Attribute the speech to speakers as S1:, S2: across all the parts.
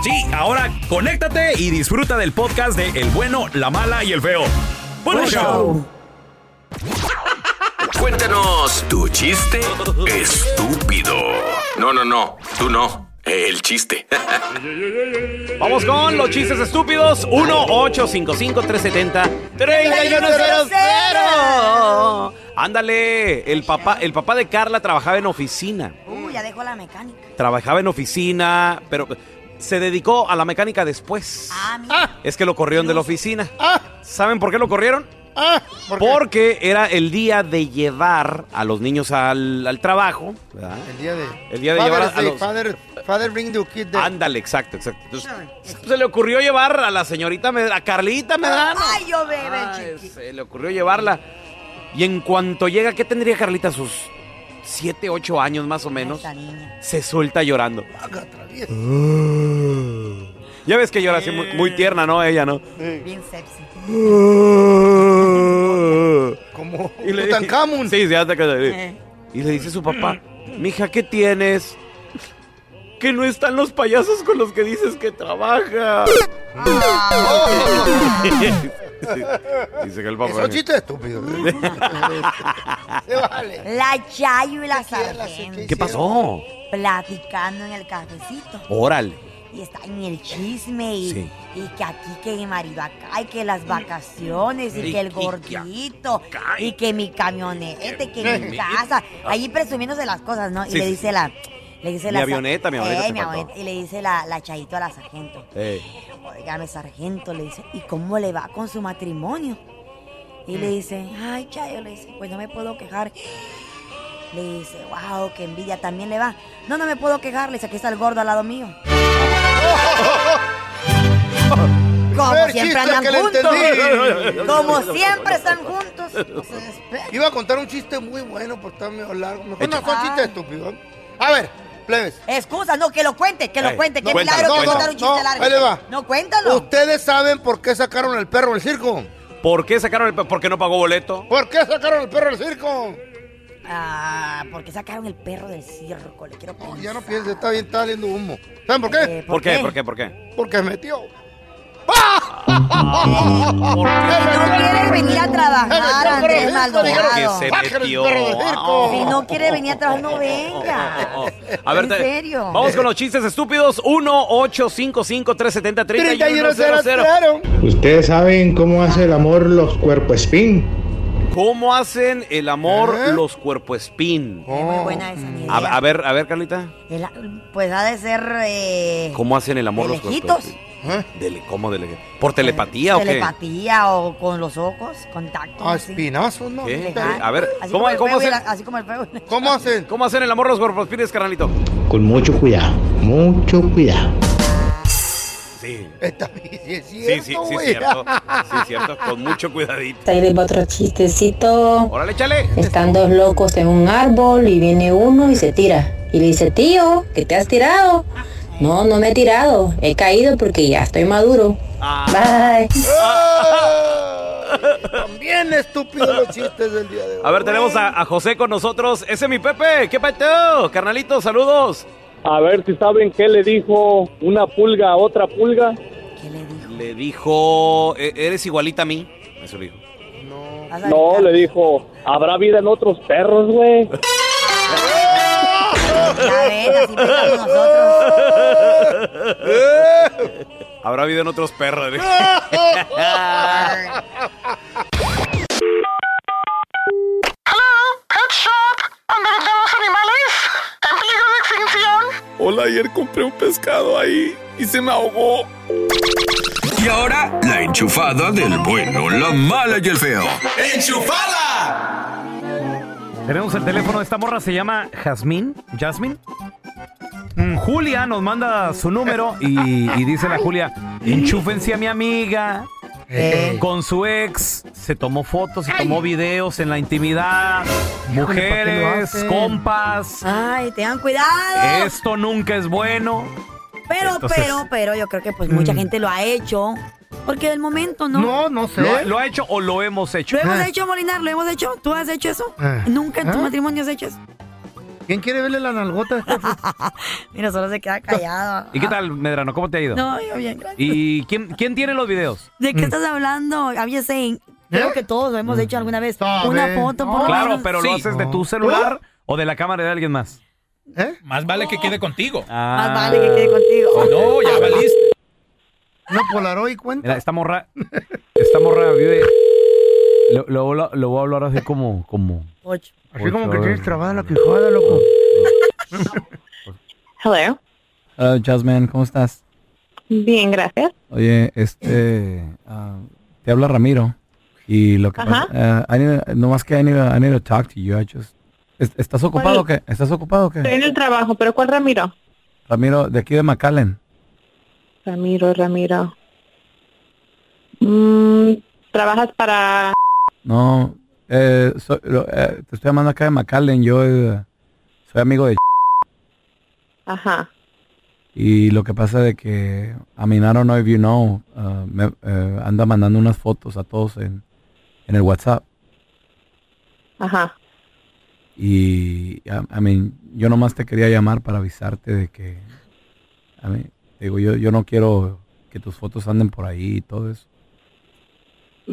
S1: Sí, ahora conéctate y disfruta del podcast de El bueno, la mala y el feo. ¡Buen show!
S2: Cuéntanos tu chiste estúpido. No, no, no, tú no. El chiste.
S1: Vamos con los chistes estúpidos. 1-855-370-3100. Ándale, el papá, el papá de Carla trabajaba en oficina.
S3: Uh, ya dejó la mecánica.
S1: Trabajaba en oficina, pero se dedicó a la mecánica después.
S3: Ah, mira.
S1: Es que lo corrieron de la oficina. ¿Saben por qué lo corrieron? Porque era el día de llevar a los niños al, al trabajo. ¿verdad?
S4: El día de.
S1: El día de llevar a- a los- Ah,
S4: Father, father bring the kid there.
S1: Ándale, exacto, exacto. Entonces,
S3: Ah,
S1: pues, se le ocurrió llevar a la señorita, Med- a Carlita Medano.
S3: Ay, yo bebé,
S1: Ay,
S3: chiqui.
S1: se le ocurrió llevarla. Y en cuanto llega, ¿qué tendría Carlita? Sus 7, 8 años más o menos.
S3: Esta niña.
S1: Se suelta llorando. Ya ves que llora así muy, muy tierna, ¿no? Ella, ¿no?
S3: Bien sexy.
S4: Como
S1: Y le-
S4: Tutankamón.
S1: Sí, sí, hasta que...
S3: Eh.
S1: Y le dice su papá, mija, ¿qué tienes? Que no están los payasos con los que dices que trabaja. dice que el
S4: Es
S1: papá...
S4: un chiste estúpido. Se vale.
S3: La Chayo y la
S4: quiere la Suki?
S3: Sargento
S1: ¿Qué pasó?
S3: platicando en el cafecito.
S1: Órale.
S3: Y está en el chisme y,
S1: Sí. Mm.
S3: y que aquí que mi marido acá y que las vacaciones y,
S1: Y-
S3: que el
S1: y que
S3: gordito
S1: acá,
S3: y que mi camionete, que mi
S1: mi- Ah.
S3: casa. Allí presumiéndose las cosas, ¿no? Y
S1: Sí,
S3: le
S1: sí,
S3: dice la... Le dice
S1: Mi
S3: la sa-
S1: avioneta, mi avioneta
S3: Eh,
S1: se
S3: mi
S1: faltó.
S3: avioneta. Y le dice la, la chayito a la sargento.
S1: Eh,
S3: Óigame, sargento, le dice, ¿y cómo le va con su matrimonio? Y
S4: Mm.
S3: le dice, ay, Chayo, le dice, pues no me puedo quejar. Le dice, wow, qué envidia, también le va. No, no me puedo quejar, le dice, aquí está el gordo al lado mío. Como
S4: Primer
S3: siempre
S4: chiste
S3: andan
S4: que le entendí.
S3: juntos. Como siempre están juntos. No se despegan.
S4: Iba a contar un chiste muy bueno, pero está medio largo. Mejor no
S3: Échale.
S4: son chistes estúpidos. A ver, plebes.
S3: Excusa, no, que lo cuente, que lo
S1: Ey,
S3: cuente. Qué
S1: no,
S3: milagro
S1: cuéntalo,
S3: que
S1: no,
S3: contar un chiste
S4: Eh, no,
S3: largo.
S4: ahí le va.
S3: No, cuéntalo.
S4: ¿Ustedes saben por qué sacaron el perro del circo?
S1: ¿Por qué sacaron el... pe- ¿Por qué no pagó boleto?
S4: ¿Por qué sacaron el perro del circo?
S3: Ah, porque sacaron el perro del circo, le quiero
S4: Oh,
S3: pensar.
S4: ya no pienses, está bien, está saliendo humo. ¿Saben por qué?
S3: Eh,
S1: ¿Por qué? ¿Por qué? ¿Por qué?
S4: Porque metió. Ah.
S3: Si no quiere venir a trabajar, Andrés
S1: Que
S3: Maldonado.
S1: se
S4: Bájale el
S1: metió.
S4: perro del circo.
S3: Si no quiere venir a trabajar, no
S1: Oh, oh.
S3: venga.
S1: A ver,
S3: ¿En
S1: te-
S3: serio?
S1: vamos con los chistes estúpidos. 1-855-370-3100.
S4: 31
S5: Ustedes saben cómo hace el amor los cuerpo spin.
S1: ¿Cómo hacen el amor
S4: ¿Eh?
S1: los cuerpo espín?
S3: Es muy buena esa mi
S1: A,
S3: idea.
S1: a ver, a ver, Carlita.
S3: El- pues ha de ser. Eh,
S1: ¿Cómo hacen el amor
S3: de
S1: los cuerpo
S3: lejitos.
S1: espín? Dele- ¿Cómo de leje- ¿Por telepatía o qué?
S3: Telepatía o con los ojos, contacto.
S4: Ah,
S3: así.
S4: espinazo, ¿no?
S1: ¿Qué?
S3: Legal.
S1: A ver,
S3: así
S1: ¿cómo-
S3: como el
S1: cómo
S3: fuego y
S1: se-
S3: la- Así como el fuego.
S4: ¿Cómo hacen?
S1: ¿Cómo hacen el amor los cuerpo espines, carnalito?
S5: Con mucho cuidado, mucho cuidado.
S1: Sí.
S4: Está bien, sí, es
S1: Sí,
S4: cierto,
S1: sí, sí,
S4: güey.
S1: cierto. Sí, cierto. Con mucho cuidadito.
S6: Ahí les va otro chistecito.
S1: Órale, chale.
S4: Este
S6: Están dos locos en un árbol y viene uno y se tira. Y le dice, tío, que te has tirado? No, no me he tirado. He caído porque ya estoy maduro. Bye.
S4: ¡Ah! También estúpidos los chistes del día de hoy.
S1: A ver, tenemos a, a José con nosotros. Ese es mi Pepe. ¿Qué pateo? Carnalito, saludos.
S7: A ver si saben qué le dijo una pulga a otra pulga.
S3: ¿Qué le dijo?
S1: Le dijo, "E- eres igualita a mí. Eso le dijo.
S3: Vas a
S7: No,
S3: gritar.
S7: le dijo, habrá vida en otros perros, güey.
S3: Ya ven, así pensamos nosotros.
S8: Habrá habido en otros perros.
S2: Hola, ayer compré un pescado ahí y se me ahogó. Y ahora, la enchufada del bueno, la mala y el feo.
S1: Tenemos el teléfono de esta morra, se llama Jazmín. ¿Jasmine? Mm, Julia nos manda su número y, y dice la Julia, enchúfense a mi amiga. Con su ex se tomó fotos y tomó videos en la intimidad. Mujeres,
S4: hacen?
S1: compas.
S3: Ay, tengan cuidado.
S1: Esto nunca es bueno.
S3: pero,
S1: entonces-
S3: pero, pero yo creo que pues mucha gente lo ha hecho. Porque del momento no.
S4: No, no sé.
S1: ¿Lo, lo ha hecho o lo hemos hecho?
S3: ¿Lo hemos
S4: Ah.
S3: hecho, Molinar? ¿Lo hemos hecho? ¿Tú has hecho eso?
S4: Ah.
S3: Nunca en tu
S4: Ah.
S3: matrimonio has hecho eso.
S4: ¿Quién quiere verle la nalgota? a este fu-
S3: Mira, solo se queda callado. Ah,
S1: ¿Y qué tal, Medrano? ¿Cómo te ha ido?
S3: No, yo bien, gracias.
S1: ¿Y quién, quién tiene los videos?
S3: ¿De qué estás hablando? I'm just saying. Creo que todos lo hemos hecho alguna vez.
S4: Sabe.
S3: Una foto, por lo
S1: Claro,
S3: menos.
S1: pero lo
S9: Sí. Oh.
S1: haces de tu celular o de la cámara de alguien más.
S4: ¿Eh?
S9: Más vale que quede contigo.
S1: Ah,
S3: Más vale que quede contigo.
S9: No, ya valiste.
S4: ¿No Polaroid cuenta?
S1: Mira, esta morra. Esta morra vive. Lo, lo- lo- lo voy a hablar así como. como
S3: Ocho.
S4: Así como que tienes trabada la quijada, loco.
S6: Hello.
S9: Jasmine, ¿cómo estás?
S6: Bien, gracias.
S9: Oye, este. ah, te habla Ramiro. Y lo que
S6: Ajá.
S9: pasa. ah, I need- no más que I need, a- I need to talk to you. I just- ¿Est- ¿Estás ocupado o qué? ¿Estás ocupado o qué?
S6: en el trabajo, pero ¿cuál Ramiro?
S9: Ramiro, de aquí de McAllen.
S6: Ramiro, Ramiro. Mm, ¿Trabajas para...?
S9: No, eh, so- lo- eh, te estoy llamando acá de McAllen. Yo eh, soy amigo de.
S6: Ajá.
S9: Y lo que pasa de que a mi Naro No If You Know ah, me- eh, anda mandando unas fotos a todos en, en el WhatsApp.
S6: Ajá.
S9: Y, I, I mean, yo nomás te quería llamar para avisarte de que, I mean, te digo, Pues yo, yo no quiero que tus fotos anden por ahí y todo eso.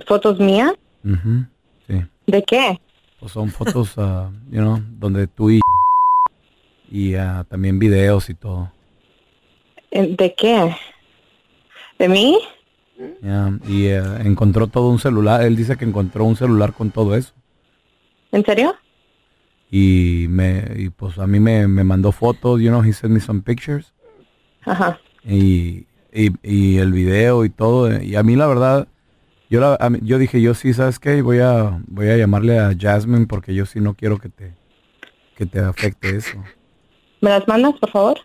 S6: ¿Fotos mías?
S9: Ujú, Sí,
S6: ¿De qué?
S9: pues son fotos, ah, you know, donde tú y, y ah, también videos y todo.
S6: Eh, ¿De qué? ¿De mí?
S9: ya. Y eh, encontró todo un celular, él dice que encontró un celular con todo eso.
S6: ¿En serio?
S9: Y, me, y pues a mí me, me mandó fotos, you know, he sent me some pictures.
S6: Ajá.
S9: y, y, y el video y todo. eh, Y a mí la verdad, yo, la- a mí- yo dije, yo sí, ¿sabes qué? Voy a, voy a llamarle a Jasmine porque yo sí no quiero que te, que te afecte eso.
S6: ¿Me las mandas, por favor?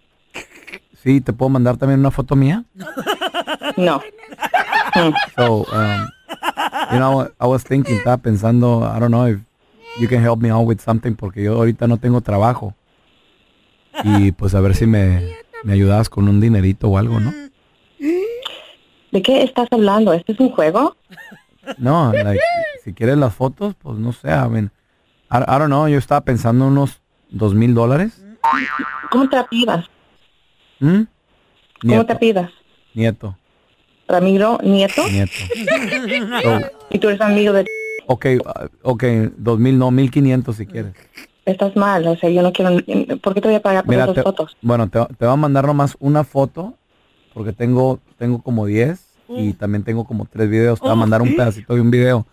S9: Sí, ¿te puedo mandar también una foto mía?
S6: No.
S9: So, um, you know, I was thinking, estaba pensando, I don't know if you can help me out with something porque yo ahorita no tengo trabajo. Y pues a ver si me, me ayudabas con un dinerito o algo, ¿no?
S6: ¿De qué estás hablando? ¿Este es un juego?
S9: No, like, si quieres las fotos, pues no sé, I mean, I, I don't know, yo estaba pensando unos dos mil dólares.
S6: ¿Cómo te la pidas?
S9: ¿Mm?
S6: ¿Cómo
S9: Nieto,
S6: te pidas?
S9: nieto,
S6: ¿Ramiro Nieto?
S9: nieto. So,
S6: Y tú eres amigo de...
S9: ok, ah, ok, dos mil, no, mil quinientos si quieres.
S6: Estás mal, o sea, yo no quiero... ¿Por qué te voy a pagar por
S9: Mira,
S6: esas
S9: te,
S6: fotos?
S9: bueno, te, te voy a mandar nomás una foto, porque tengo, tengo como diez y también tengo como tres videos. Te voy a mandar un pedacito de un video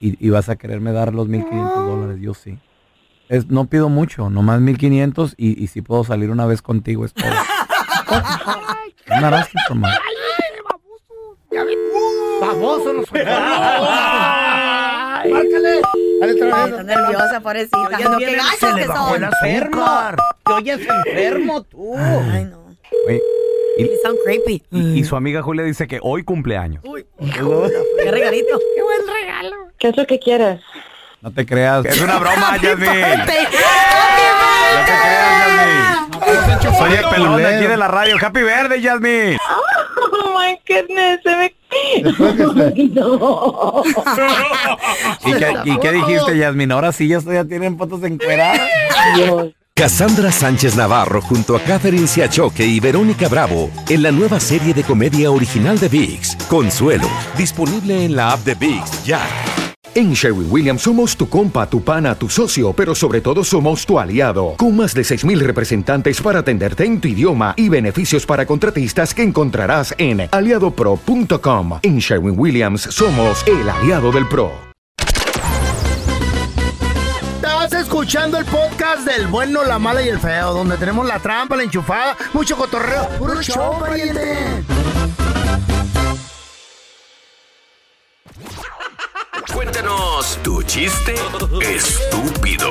S9: y, y vas a quererme dar los mil quinientos dólares, yo sí. Es, no pido mucho, nomás mil quinientos y, y si puedo salir una vez contigo es todo. I'm not asking for much.
S4: Baboso, no soy. ¡Márcale! Dale otra vez.
S3: Ay, está nerviosa, pobrecita. No, qué gachos que son.
S4: enfermo.
S10: Yo ya es enfermo tú.
S3: Ay, no.
S1: Oye, y-
S3: They sound creepy.
S1: y, y su amiga Julia dice que hoy cumpleaños.
S3: Uy, qué regalito. Qué buen regalo.
S6: ¿Qué es lo que quieres?
S9: No te creas.
S8: Es una broma, Jasmine.
S9: No te creas, Jasmine. Soy el pelón de aquí de la radio. Happy Verde, Jasmine.
S6: Oh, my goodness, se me...
S4: Después que se-
S6: No.
S9: ¿Y qué, y qué dijiste, Jasmine? Ahora sí, ya, estoy- ya tienen fotos encueradas.
S6: Dios.
S2: Cassandra Sánchez Navarro junto a Catherine Siachoque y Verónica Bravo en la nueva serie de comedia original de Vix, Consuelo, disponible en la app de Vix ya.
S5: En Sherwin Williams somos tu compa, tu pana, tu socio, pero sobre todo somos tu aliado, con más de 6.000 representantes para atenderte en tu idioma y beneficios para contratistas que encontrarás en aliadopro.com. En Sherwin Williams somos el aliado del PRO.
S4: Estás escuchando el podcast del bueno, la mala y el feo, donde tenemos la trampa, la enchufada, mucho cotorreo. ¡Puro show, pariente!
S2: Cuéntanos tu chiste estúpido.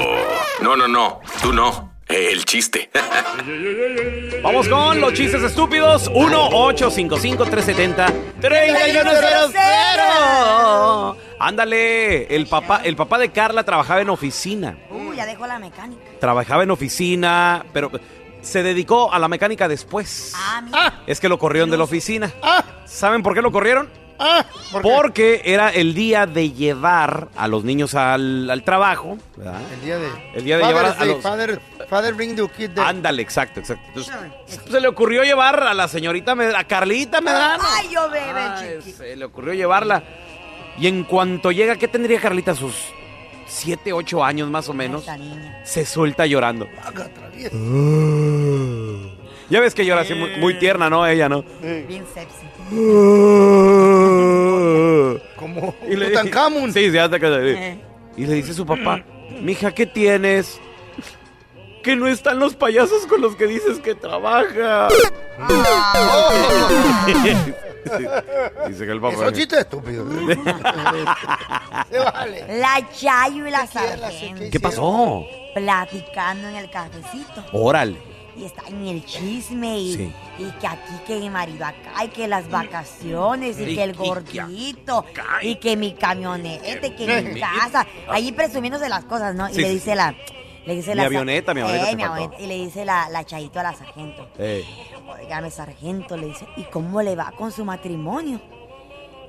S2: No, no, no, tú no. El chiste.
S1: Vamos con los chistes estúpidos. 1-855-370-3100. Ándale, el papá, el papá de Carla trabajaba en oficina.
S3: Uh, ya dejó la mecánica.
S1: Trabajaba en oficina, pero se dedicó a la mecánica después.
S3: Ah,
S1: Es que lo corrieron de la oficina. ¿Saben por qué lo corrieron?
S4: Ah,
S1: Porque era el día de llevar a los niños al, al trabajo. ¿verdad?
S4: El día de...
S1: El día de llevar a- a los- Ah,
S4: Father, father bring the kid there.
S1: Ándale, exacto, exacto. Entonces, se le ocurrió llevar a la señorita, Med- a Carlita Medrano.
S4: Ah,
S3: Ay, yo bebé,
S1: Ah,
S3: chiqui.
S1: Se le ocurrió llevarla. Y en cuanto llega, ¿qué tendría Carlita? Sus 7, 8 años más o menos. Se suelta llorando. Ya ves que llora así muy, muy tierna, ¿no? Ella, ¿no?
S3: Bien sexy.
S4: ¿Cómo?
S1: Y le Tutankamun. Sí, sí, hasta que
S3: Eh.
S1: Y le dice su papá, mija, ¿qué tienes? Que no están los payasos con los que dices que trabaja. dice que el papá.
S4: Es un chiste estúpido.
S3: La Chayo y la sargento.
S1: ¿Qué pasó?
S3: Platicando en el cafecito.
S1: Órale.
S3: Y está en el chisme y,
S1: Sí.
S3: y que aquí que mi marido acá y que las vacaciones y,
S1: Y-
S3: que el
S1: y
S3: gordito y que mi camionete, que mi
S1: Mi-
S3: casa. Allí presumiéndose las cosas, ¿no? Y
S1: Sí,
S3: le
S1: sí,
S3: dice
S1: sí.
S3: la... Le dice
S1: Mi
S3: la sa-
S1: avioneta, mi avioneta
S3: Eh,
S1: se Eh.
S3: mi
S1: faltó.
S3: avioneta. Y le dice la, la chayito a la sargento. Óigame, sargento, le dice, ¿y cómo le va con su matrimonio?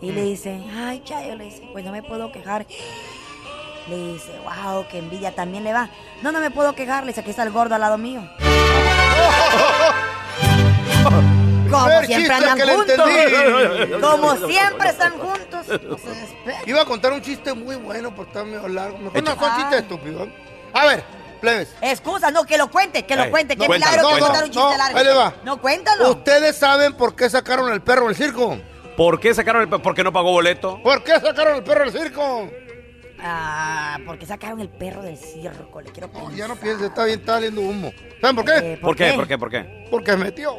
S3: Y
S1: Mm.
S3: le dice, ay, Chayo, le dice, pues no me puedo quejar. Le dice, wow, qué envidia, también le va. No, no me puedo quejar, le dice, aquí está el gordo al lado mío. Como
S4: Primer
S3: siempre
S4: chiste
S3: andan
S4: que le entendí.
S3: juntos. Como siempre están juntos.
S4: Iba a contar un chiste muy bueno, pero está medio largo. Mejor
S3: Échale.
S4: no fue un chiste
S3: Ay.
S4: estúpido. A ver, plebes.
S3: Excusa, Ah, no, que lo cuente,
S1: Eh,
S3: que lo cuente. Qué
S4: No,
S3: milagro que
S4: no,
S3: contar un
S4: no,
S3: chiste largo.
S4: ahí le va.
S3: No, cuéntalo.
S4: ¿Ustedes saben por qué sacaron el perro del circo?
S1: ¿Por qué sacaron el pe- ¿Por qué no pagó boleto?
S4: ¿Por qué sacaron el perro del circo?
S3: Ah, porque sacaron el perro del circo, le quiero pensar. Eh,
S4: Ya no pienses, está bien, está lindo humo. ¿Saben por qué?
S1: ¿Por qué? ¿Por qué? ¿Por qué?
S4: Porque metió.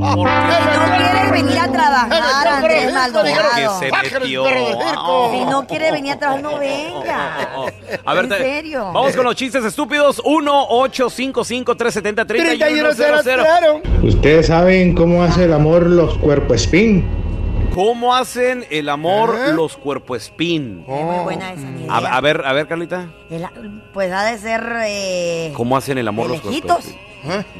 S3: quiere venir a trabajar, Andrés Maldonado.
S4: ah.
S3: Ah.
S1: Porque se metió.
S3: Si no quiere venir a trabajar, no venga.
S1: Oh, A ver,
S3: ¿En
S1: te-
S3: serio?
S1: vamos con los chistes estúpidos. 1-855-370-3100.
S4: Claro.
S11: ¿Ustedes saben cómo hace el amor los cuerpos spin?
S1: ¿Cómo hacen el amor los cuerpoespín?
S3: Muy buena esa idea.
S1: A, a ver, a ver, Carlita.
S3: El- pues ha de ser eh,
S1: ¿Cómo hacen el amor
S3: de
S1: los
S3: lejitos.
S1: cuerpoespín?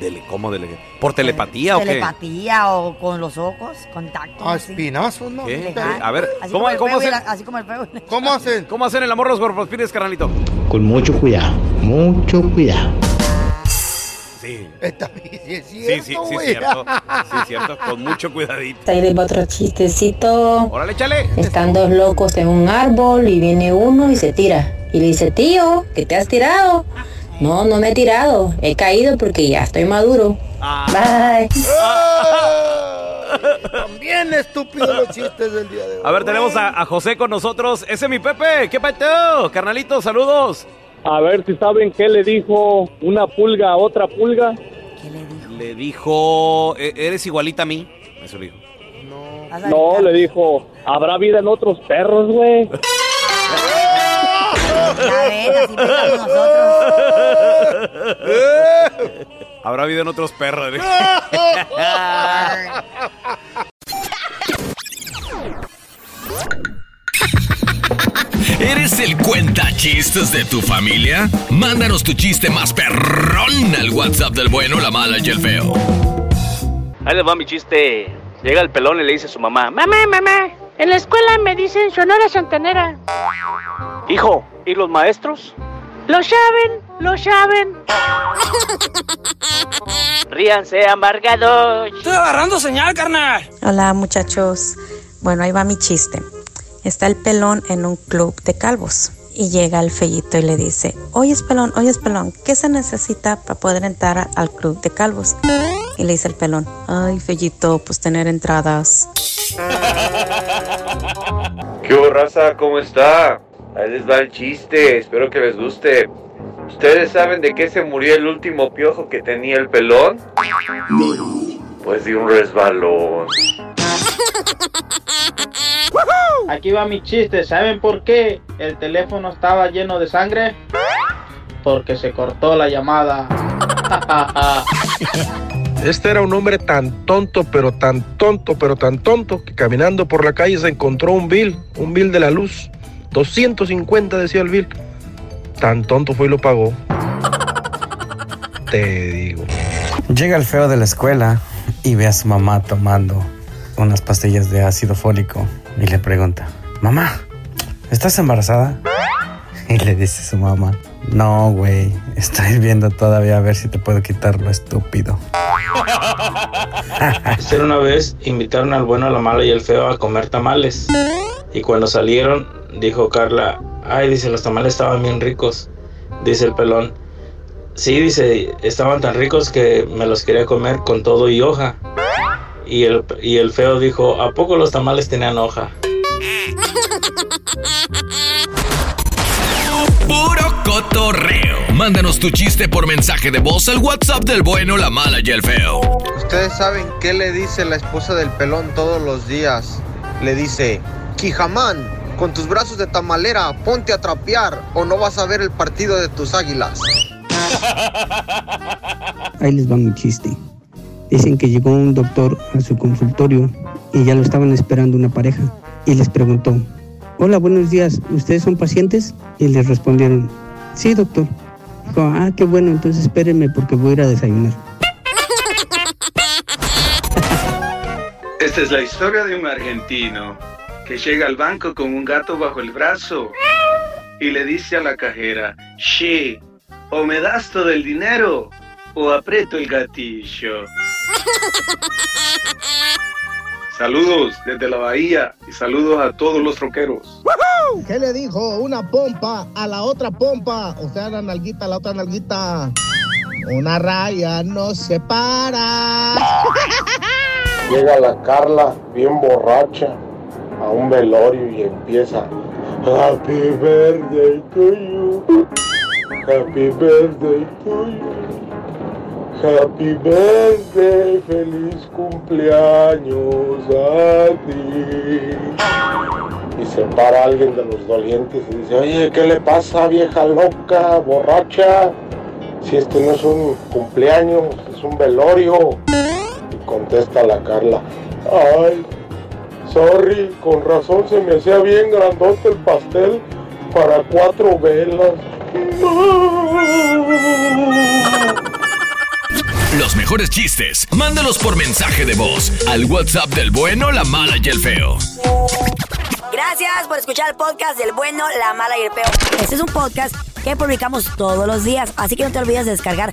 S1: Dele- ¿Cómo de lejitos? ¿Por telepatía o qué?
S3: telepatía o con los ojos, contacto.
S4: Ah,
S3: así.
S4: espinazos, ¿no?
S1: ¿Qué?
S3: Legal.
S1: A ver,
S3: Así
S1: ¿cómo,
S3: como el
S1: cómo
S3: feo y
S1: hacen,
S3: la- así como el feo.
S4: ¿Cómo hacen?
S1: ¿Cómo hacen el amor los cuerpospines, carnalito?
S11: Con mucho cuidado, mucho cuidado.
S1: Sí.
S4: Sí, es
S1: Sí, sí, sí, es
S4: güey.
S1: cierto. Sí, es cierto. Con mucho cuidadito.
S6: Ahí les va otro chistecito.
S1: Órale, chale.
S6: Están dos locos en un árbol y viene uno y se tira. Y le dice, tío, que te has tirado. No, no me he tirado. He caído porque ya estoy maduro.
S4: Ah.
S6: Bye.
S4: Bien estúpidos los chistes del día de hoy.
S1: A ver, tenemos a, a José con nosotros. Ese es mi Pepe. ¿Qué peteo? Carnalito, saludos.
S12: A ver si saben qué le dijo una pulga a otra pulga.
S1: Le dijo, "E- eres igualita a mí. Eso le dijo.
S12: No, le dijo, habrá vida en otros perros, güey.
S1: Habrá habido en otros perros. dijo.
S2: ¿Eres el cuenta chistes de tu familia? Mándanos tu chiste más perrón al WhatsApp del bueno, la mala y el feo.
S13: Ahí le va mi chiste. Llega el pelón y le dice a su mamá, "Ma-
S14: Mamá, mamá, en la escuela me dicen Sonora Santanera.
S13: hijo, ¿y los maestros?
S14: Lo saben, lo saben.
S13: Ríanse, amargados.
S15: Estoy agarrando señal, carnal.
S16: Hola muchachos. Bueno, ahí va mi chiste.
S6: Está el pelón en un club de calvos y llega el fellito y le dice, oye es pelón, oye es pelón, ¿qué se necesita para poder entrar al club de calvos? Y le dice el pelón, ay fellito, pues tener entradas.
S17: ¿Qué hubo, raza? ¿Cómo está? Ahí les va el chiste, espero que les guste. ¿Ustedes saben de qué se murió el último piojo que tenía el pelón? Pues de un resbalón.
S18: Aquí va mi chiste. ¿Saben por qué el teléfono estaba lleno de sangre? Porque se cortó la llamada.
S19: Este era un hombre tan tonto, pero tan tonto, pero tan tonto, que caminando por la calle se encontró un bill, un bill de la luz. 250 decía el bill. Tan tonto fue y lo pagó. Te digo.
S20: Llega el feo de la escuela y ve a su mamá tomando unas pastillas de ácido fólico y le pregunta, mamá, ¿estás embarazada? Y le dice su mamá, no, güey, estoy viendo todavía a ver si te puedo quitar lo estúpido.
S12: Hacer una vez invitaron al bueno, la mala y el feo a comer tamales. Y cuando salieron, dijo Carla, ay, dice, los tamales estaban bien ricos. Dice el pelón, sí, dice, estaban tan ricos que me los quería comer con todo y hoja. Y el, y el feo dijo, ¿a poco los tamales tenían hoja?
S2: Puro cotorreo. Mándanos tu chiste por mensaje de voz al WhatsApp del bueno, la mala y el feo.
S21: Ustedes saben qué le dice la esposa del pelón todos los días. Le dice, Quijamán, con tus brazos de tamalera, ponte a trapear o no vas a ver el partido de tus águilas.
S5: Ahí les va mi chiste. Dicen que llegó un doctor a su consultorio y ya lo estaban esperando una pareja y les preguntó, hola, buenos días, ¿ustedes son pacientes? Y les respondieron, sí, doctor. Dijo, ah, qué bueno, entonces espérenme porque voy a ir a desayunar.
S22: Esta es la historia de un argentino que llega al banco con un gato bajo el brazo y le dice a la cajera, She, o me das todo el dinero o aprieto el gatillo. Saludos desde la bahía y saludos a todos los troqueros.
S23: ¿Qué le dijo una pompa a la otra pompa? O sea, la nalguita a la otra nalguita. Una raya no se para.
S9: Llega la Carla bien borracha a un velorio y empieza Happy birthday to you, happy birthday to you, happy birthday, feliz cumpleaños a ti. Y se para alguien de los dolientes y dice, oye, ¿qué le pasa vieja loca, borracha? Si este no es un cumpleaños, es un velorio. Y contesta la Carla, ay, Sorry, con razón se me hacía bien grandote el pastel para cuatro velas.
S2: Los mejores chistes, mándalos por mensaje de voz al WhatsApp del bueno, la mala y el feo.
S3: Gracias por escuchar el podcast del bueno, la mala y el peor. Este es un podcast que publicamos todos los días, así que no te olvides de descargar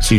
S24: Si